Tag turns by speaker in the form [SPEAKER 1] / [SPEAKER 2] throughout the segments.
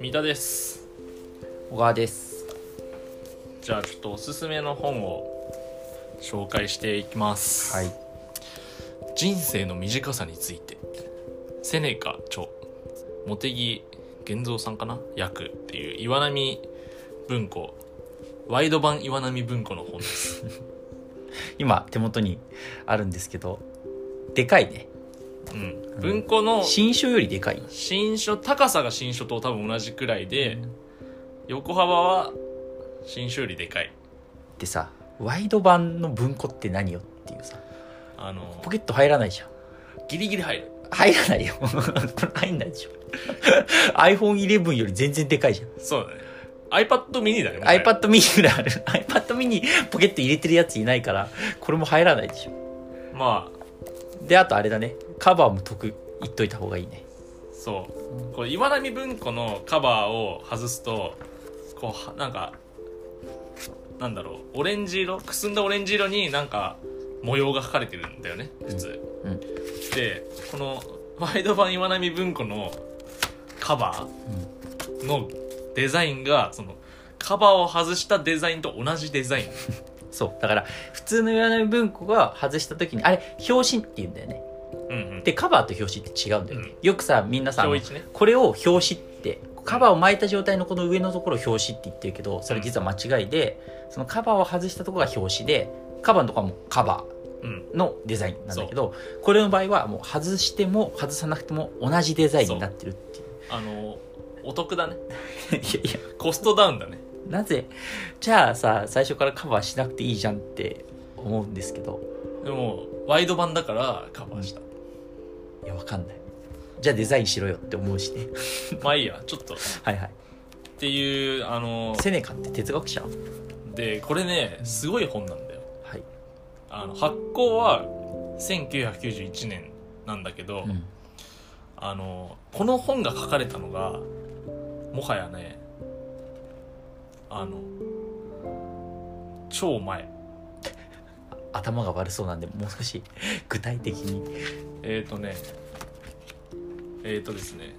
[SPEAKER 1] 三田です
[SPEAKER 2] 小川です
[SPEAKER 1] じゃあちょっとおすすめの本を紹介していきます、
[SPEAKER 2] はい
[SPEAKER 1] 人生の短さについてセネカ著茂木源三さんかな訳っていう岩波文庫ワイド版岩波文庫の本です
[SPEAKER 2] 今手元にあるんですけどでかいね
[SPEAKER 1] うん文庫の
[SPEAKER 2] 新書よりでかい
[SPEAKER 1] 新書高さが新書と多分同じくらいで横幅は新書よりでかい
[SPEAKER 2] でさワイド版の文庫って何よっていうさ
[SPEAKER 1] あの
[SPEAKER 2] ポケット入らないじゃん
[SPEAKER 1] ギリギリ入る
[SPEAKER 2] 入らないよ これ入んないでしょ iPhone11 より全然でかいじゃん
[SPEAKER 1] そうだね iPad mini だねもはや
[SPEAKER 2] iPad mini ぐらいある iPad mini ポケット入れてるやついないからこれも入らないでしょ
[SPEAKER 1] まあ
[SPEAKER 2] であとあれだねカバーも得いっといた方がいいね
[SPEAKER 1] そうこれ岩波文庫のカバーを外すとこうはなんかなんだろうオレンジ色くすんだオレンジ色になんか模様が描かれてるんだよね普通、
[SPEAKER 2] うんうん
[SPEAKER 1] でこのワイド版岩波文庫のカバーのデザインがそのカバーを外したデザインと同じデザイン
[SPEAKER 2] そうだから普通の占い文庫が外した時にあれ表紙って言うんだよね
[SPEAKER 1] うんうん
[SPEAKER 2] でカバーと表紙って違うんだよね、よくさみんなさ
[SPEAKER 1] 表一ね
[SPEAKER 2] これを表紙ってカバーを巻いた状態のこの上のところを表紙って言ってるけどそれ実は間違いで、そのカバーを外したところが表紙でカバーのところはもうカバ
[SPEAKER 1] うん
[SPEAKER 2] ーのデザインなんだけどこれの場合はもう外しても外さなくても同じデザインになってるって いう
[SPEAKER 1] あのお得だね
[SPEAKER 2] いやいや
[SPEAKER 1] コストダウンだね
[SPEAKER 2] なぜじゃあさ最初からカバーしなくていいじゃんって思うんですけど
[SPEAKER 1] でもワイド版だからカバーした
[SPEAKER 2] いやわかんないじゃあデザインしろよって思うしね
[SPEAKER 1] まあいいやちょっとっ
[SPEAKER 2] はいはい
[SPEAKER 1] ていうあの
[SPEAKER 2] セネカって哲学者
[SPEAKER 1] でこれねすごい本なんだよ
[SPEAKER 2] はい、
[SPEAKER 1] あの発行は1991年なんだけど、
[SPEAKER 2] うん
[SPEAKER 1] あのこの本が書かれたのがもはやねあの超前
[SPEAKER 2] 頭が悪そうなんでもう少し具体的に
[SPEAKER 1] えっ、ー、とねえっ、ー、とですね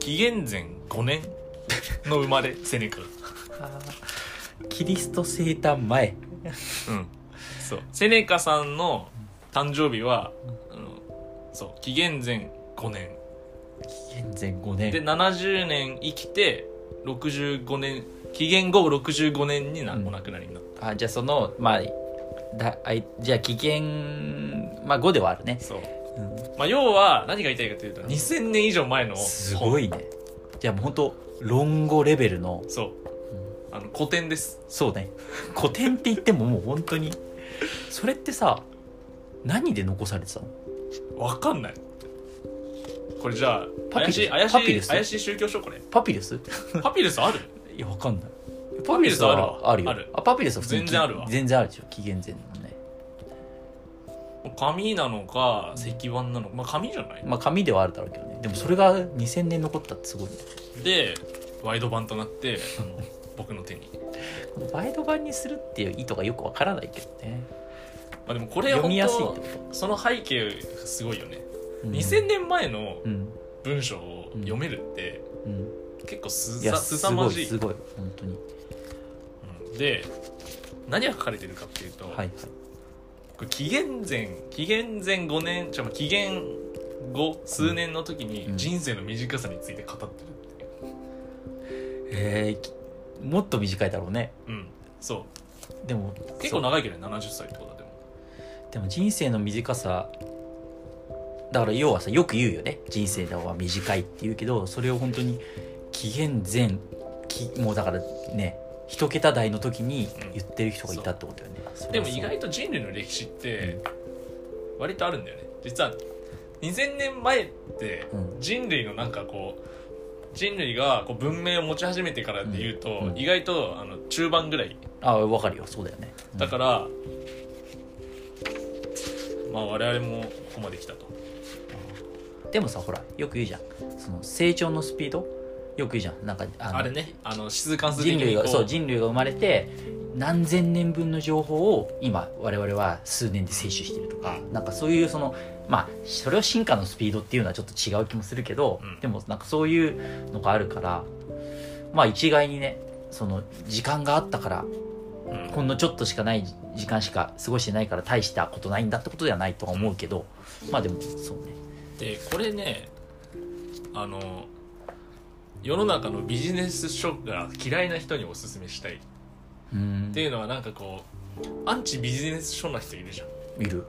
[SPEAKER 1] 紀元前5年の生まれセネカが
[SPEAKER 2] キリスト生誕前
[SPEAKER 1] うんそうセネカさんの誕生日は、うん、そう紀元前5年
[SPEAKER 2] 紀元前5年
[SPEAKER 1] で70年生きて65年紀元後65年にな
[SPEAKER 2] うん
[SPEAKER 1] お亡くなりになっ
[SPEAKER 2] あじゃあそのまあだあいじゃあ紀元、まあ、5ではあるね
[SPEAKER 1] た、、そう
[SPEAKER 2] うん
[SPEAKER 1] まあ、要は何が言いたいかというと2000年以上前の
[SPEAKER 2] す
[SPEAKER 1] 本
[SPEAKER 2] ごいねじゃあもう本当論語レベルの
[SPEAKER 1] そう。あの、古典です。
[SPEAKER 2] そうね古典って言ってももう本当にそれってさ何で残されてたの
[SPEAKER 1] わかんない。これじゃあ、
[SPEAKER 2] パ
[SPEAKER 1] 怪
[SPEAKER 2] ピル
[SPEAKER 1] しい、
[SPEAKER 2] ス
[SPEAKER 1] 怪し
[SPEAKER 2] パピ
[SPEAKER 1] い、
[SPEAKER 2] ルス
[SPEAKER 1] 怪しい宗教書これ。
[SPEAKER 2] パピルス
[SPEAKER 1] パピルスある
[SPEAKER 2] いやわかんない
[SPEAKER 1] パピルスあるわ
[SPEAKER 2] パピルスはあるよ
[SPEAKER 1] ある
[SPEAKER 2] パピルスは普通に
[SPEAKER 1] 全然あるわ
[SPEAKER 2] 全然あるでしょ紀元前のね
[SPEAKER 1] 紙なのか、石板なのか、まあ紙じゃない
[SPEAKER 2] まあ紙ではあるだろうけどねでもそれが2000年残ったってすごいね
[SPEAKER 1] で、ワイド版となって、あ の、僕の手に。
[SPEAKER 2] このワイド版にするっていう意図がよくわからないけどね
[SPEAKER 1] まあでもこれ
[SPEAKER 2] 読みやすいって
[SPEAKER 1] 本
[SPEAKER 2] こ
[SPEAKER 1] 当その背景がすごいよね。
[SPEAKER 2] と、うん、
[SPEAKER 1] 2000年前の
[SPEAKER 2] うん、
[SPEAKER 1] 文章を読めるって、
[SPEAKER 2] うん、
[SPEAKER 1] 結構す
[SPEAKER 2] いや
[SPEAKER 1] さ、す
[SPEAKER 2] す
[SPEAKER 1] さ
[SPEAKER 2] ご
[SPEAKER 1] ま
[SPEAKER 2] い
[SPEAKER 1] じい
[SPEAKER 2] す。ごい本当に
[SPEAKER 1] うんで、何が書かれてるかっていうと、
[SPEAKER 2] はいはい
[SPEAKER 1] これ紀元前紀元前5年ちょ紀元後数年の時に
[SPEAKER 2] うん
[SPEAKER 1] 人生の短さについて語ってるっていう
[SPEAKER 2] えーき、もっと短いだろうね
[SPEAKER 1] うんそ
[SPEAKER 2] でも
[SPEAKER 1] う結構
[SPEAKER 2] そう
[SPEAKER 1] 長いけどね70歳ってことだでも
[SPEAKER 2] でも人生の短さだから要はさよく言うよね人生の方が短いって言うけどそれを本当に紀元前きもうだからね一桁台の時に言ってる人がいたってことよね、それ
[SPEAKER 1] でも
[SPEAKER 2] はそう
[SPEAKER 1] 意外と人類の歴史って割とあるんだよね実は2000年前って
[SPEAKER 2] うん
[SPEAKER 1] 人類のなんかこう人類がこう文明を持ち始めてからで言うと、
[SPEAKER 2] うんうん
[SPEAKER 1] 意外とあの中盤ぐらい
[SPEAKER 2] あわかるよそうだよね
[SPEAKER 1] だから、まあ我々もここまで来たと
[SPEAKER 2] でもさほらよく言うじゃんその成長のスピードよく言うじゃんなんかあの
[SPEAKER 1] あれねあの指数関数的
[SPEAKER 2] 人類
[SPEAKER 1] にこ
[SPEAKER 2] が
[SPEAKER 1] う
[SPEAKER 2] そう人類が生まれて何千年分の情報を今我々は数年で摂取してるとかなんかそういうそのまあそれを進化のスピードっていうのはちょっと違う気もするけど、
[SPEAKER 1] うん
[SPEAKER 2] でもなんかそういうのがあるからまあ一概にねその時間があったから
[SPEAKER 1] うん
[SPEAKER 2] ほんのちょっとしかない時間しか過ごしてないから大したことないんだってことではないとは思うけどまあでもそうね
[SPEAKER 1] でこれねあの世の中のビジネス書が嫌いな人におすすめしたいっ
[SPEAKER 2] うん
[SPEAKER 1] ていうのはなんかこうアンチビジネス書な人いるじゃん
[SPEAKER 2] いる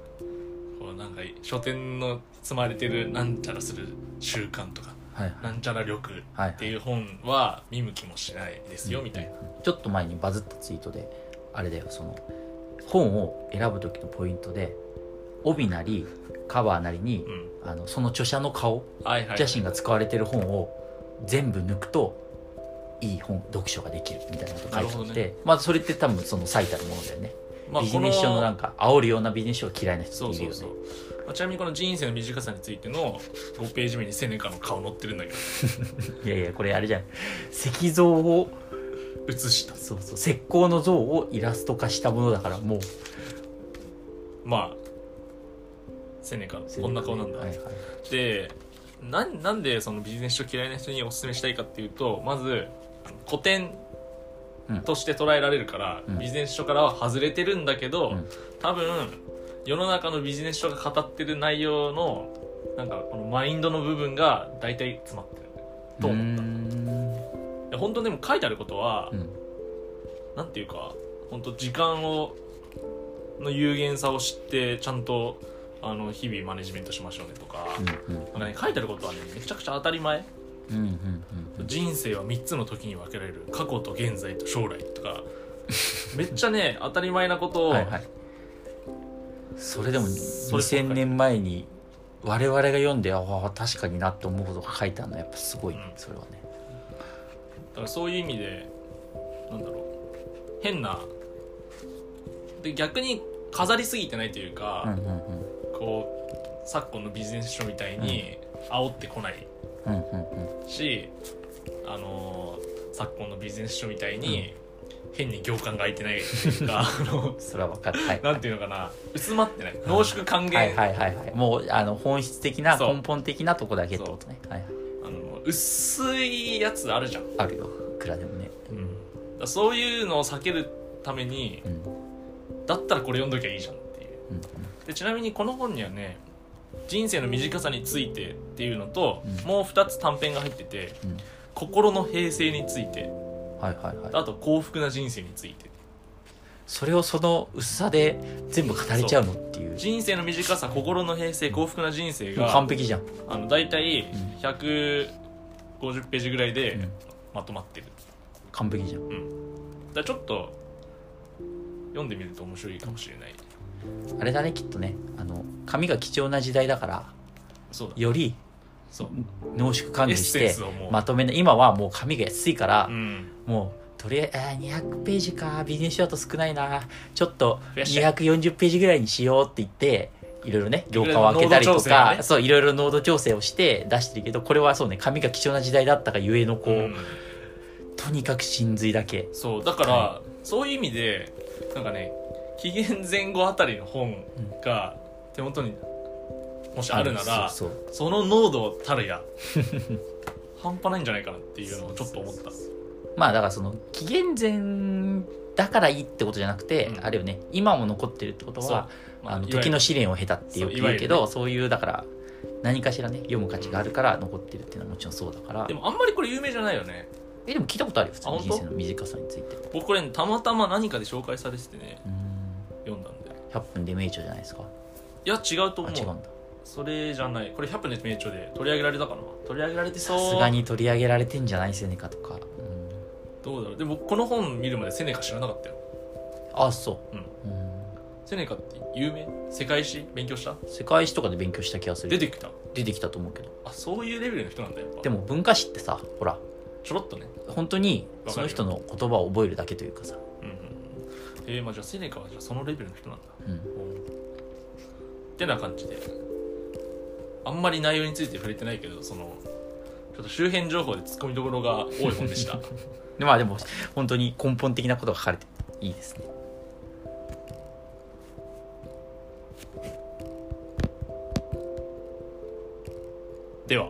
[SPEAKER 1] こうなんか書店の積まれてるなんちゃらする習慣とか
[SPEAKER 2] はいはい
[SPEAKER 1] なんちゃら力
[SPEAKER 2] はい
[SPEAKER 1] っていう本は見向きもしないですよみたいな
[SPEAKER 2] ちょっと前にバズったツイートであれだよその本を選ぶ時のポイントで帯なりカバーなりに
[SPEAKER 1] うん
[SPEAKER 2] あのその著者の顔
[SPEAKER 1] はいはい
[SPEAKER 2] 写真が使われてる本を全部抜くといい本読書ができるみたいなこと書いてあ
[SPEAKER 1] なる
[SPEAKER 2] っ
[SPEAKER 1] ほど
[SPEAKER 2] て、まあそれって多分その最たるものだよね、
[SPEAKER 1] まあ
[SPEAKER 2] ビ
[SPEAKER 1] こ
[SPEAKER 2] ジネス書のなんか煽るようなビジネス書が嫌いな人
[SPEAKER 1] そ
[SPEAKER 2] っ
[SPEAKER 1] う
[SPEAKER 2] ている
[SPEAKER 1] そ
[SPEAKER 2] よ
[SPEAKER 1] う
[SPEAKER 2] ね
[SPEAKER 1] そう、まあちなみにこの人生の短さについての5ページ目にセネカの顔載ってるんだけど
[SPEAKER 2] いやいやこれあれじゃん石像を
[SPEAKER 1] 写した
[SPEAKER 2] そうそう石膏の像をイラスト化したものだからもう
[SPEAKER 1] まあセネカこんな顔なんだ、
[SPEAKER 2] はいはい
[SPEAKER 1] でなんなんでそのビジネス書嫌いな人におすすめしたいかっていうとまず古典として捉えられるから、
[SPEAKER 2] うん
[SPEAKER 1] ビジネス書からは外れてるんだけど、
[SPEAKER 2] うん
[SPEAKER 1] 多分世の中のビジネス書が語ってる内容のなんかこのマインドの部分が大体詰まってると思った
[SPEAKER 2] うーん
[SPEAKER 1] で本当でも書いてあることは、
[SPEAKER 2] うん
[SPEAKER 1] なんていうか本当時間をの有限さを知ってちゃんとあの日々マネジメントしましょうねとか,、
[SPEAKER 2] うん
[SPEAKER 1] なんかね、書いてあることはねめちゃくちゃ当たり前
[SPEAKER 2] うんうんうん
[SPEAKER 1] 人生は3つの時に分けられる過去と現在と将来と かめっちゃね当たり前なことを、
[SPEAKER 2] はいはいそれでも
[SPEAKER 1] それそう
[SPEAKER 2] 2000年前に我々が読んでああ確かになって思うことが書いてあるのはやっぱすごいね
[SPEAKER 1] うん
[SPEAKER 2] それはね
[SPEAKER 1] だからそういう意味でなんだろう変なで逆に飾りすぎてないという
[SPEAKER 2] うん
[SPEAKER 1] か、
[SPEAKER 2] うん
[SPEAKER 1] こう昨今のビジネス書みたいに煽ってこない
[SPEAKER 2] うんうんうん
[SPEAKER 1] し、あのー昨今のビジネス書みたいに変に行間が空いてないという かあの
[SPEAKER 2] それは分かるはい
[SPEAKER 1] なんていうのかな薄まってない濃縮還元、
[SPEAKER 2] はいはいはいはいもうあの本質的な
[SPEAKER 1] そう
[SPEAKER 2] 根本的なとこだけってことねはいはい
[SPEAKER 1] あの薄いやつあるじゃん、
[SPEAKER 2] あるよいくらでもね
[SPEAKER 1] だからそういうのを避けるために
[SPEAKER 2] うんうん
[SPEAKER 1] だったらこれ読んどきゃいいじゃんっていう
[SPEAKER 2] うん
[SPEAKER 1] でちなみにこの本にはね人生の短さについてっていうのと、
[SPEAKER 2] うん
[SPEAKER 1] もう2つ短編が入ってて
[SPEAKER 2] うん
[SPEAKER 1] 心の平静について
[SPEAKER 2] はいはいはい
[SPEAKER 1] あと幸福な人生について
[SPEAKER 2] それをその薄さで全部語れちゃうのっていう
[SPEAKER 1] 人生の短さ心の平静幸福な人生
[SPEAKER 2] もう
[SPEAKER 1] が
[SPEAKER 2] 完璧じゃん
[SPEAKER 1] あの大体
[SPEAKER 2] ん
[SPEAKER 1] 150ページぐらいうで
[SPEAKER 2] ん
[SPEAKER 1] まとまってる、
[SPEAKER 2] 完璧じゃん
[SPEAKER 1] だからちょっと読んでみると面白いかもしれない
[SPEAKER 2] あれだねきっとねあの紙が貴重な時代だから
[SPEAKER 1] そうだ
[SPEAKER 2] より
[SPEAKER 1] そう
[SPEAKER 2] 濃縮管理し
[SPEAKER 1] エッセン
[SPEAKER 2] て
[SPEAKER 1] スをもう
[SPEAKER 2] まとめない今はもう紙が安いから、
[SPEAKER 1] うん
[SPEAKER 2] もうとりあえずあー200ページかビジネス書だと少ないなちょっと
[SPEAKER 1] 増やしちゃ
[SPEAKER 2] 240ページぐらいにしようって言っていろいろね行間を
[SPEAKER 1] いろいろ
[SPEAKER 2] 開けたり
[SPEAKER 1] 濃度調
[SPEAKER 2] と
[SPEAKER 1] 整を
[SPEAKER 2] か
[SPEAKER 1] ね
[SPEAKER 2] そういろいろ濃度調整をして出してるけどこれはそうね紙が貴重な時代だったがゆえのこう、
[SPEAKER 1] うん
[SPEAKER 2] とにかく真髄だけ
[SPEAKER 1] そうだから、
[SPEAKER 2] は
[SPEAKER 1] そういう意味でなんかね紀元前後あたりの本が手元にもしあるなら、
[SPEAKER 2] そうそう
[SPEAKER 1] その濃度た るや半端ないんじゃないかなっていうのをちょっと思った
[SPEAKER 2] まあだからその紀元前だからいいってことじゃなくて、
[SPEAKER 1] うん
[SPEAKER 2] あれよね今も残ってるってこと
[SPEAKER 1] そう
[SPEAKER 2] は
[SPEAKER 1] まあ
[SPEAKER 2] あの
[SPEAKER 1] いわゆ
[SPEAKER 2] 時
[SPEAKER 1] る
[SPEAKER 2] の試練を経たってよく
[SPEAKER 1] そういわ
[SPEAKER 2] 言う
[SPEAKER 1] ゆる
[SPEAKER 2] けどそういうだから何かしらね読む価値があるから残ってるっていうのはもちろんそうだから
[SPEAKER 1] でもあんまりこれ有名じゃないよね
[SPEAKER 2] えでも聞いたことあるよ普通
[SPEAKER 1] あ
[SPEAKER 2] に
[SPEAKER 1] 本当
[SPEAKER 2] 人生の短さについて
[SPEAKER 1] 僕これ、ね、たまたま何かで紹介されててね
[SPEAKER 2] うーん
[SPEAKER 1] 読んだんで
[SPEAKER 2] 100分で名著じゃないですか
[SPEAKER 1] いや違うと
[SPEAKER 2] あ
[SPEAKER 1] 思
[SPEAKER 2] 違う
[SPEAKER 1] うん
[SPEAKER 2] だ
[SPEAKER 1] それじゃないこれ100分で名著で取り上げられたかな取り上げられてそ
[SPEAKER 2] さ
[SPEAKER 1] う
[SPEAKER 2] すがに取り上げられてんじゃないセネカとか、うん、
[SPEAKER 1] どうだろうでもこの本見るまでセネカ知らなかったよ
[SPEAKER 2] あそう、
[SPEAKER 1] う
[SPEAKER 2] うん
[SPEAKER 1] セネカって有名世界史勉強した
[SPEAKER 2] 世界史とかで勉強した気がする
[SPEAKER 1] 出てきた
[SPEAKER 2] 出てきたと思うけど
[SPEAKER 1] あそういうレベルの人なんだやっぱ
[SPEAKER 2] でも文化史ってさほら
[SPEAKER 1] ちょろっとね
[SPEAKER 2] 本当に
[SPEAKER 1] わ
[SPEAKER 2] そ
[SPEAKER 1] かる
[SPEAKER 2] の
[SPEAKER 1] よ
[SPEAKER 2] 人の言葉を覚えるだけというかさ、
[SPEAKER 1] うんうんえー、まあじゃあセネカはじゃあそのレベルの人なんだ
[SPEAKER 2] うん、
[SPEAKER 1] ってな感じであんまり内容について触れてないけどそのちょっと周辺情報で突っ込みどころが多い本でした
[SPEAKER 2] でまあでも本当に根本的なことが書かれていいですね
[SPEAKER 1] では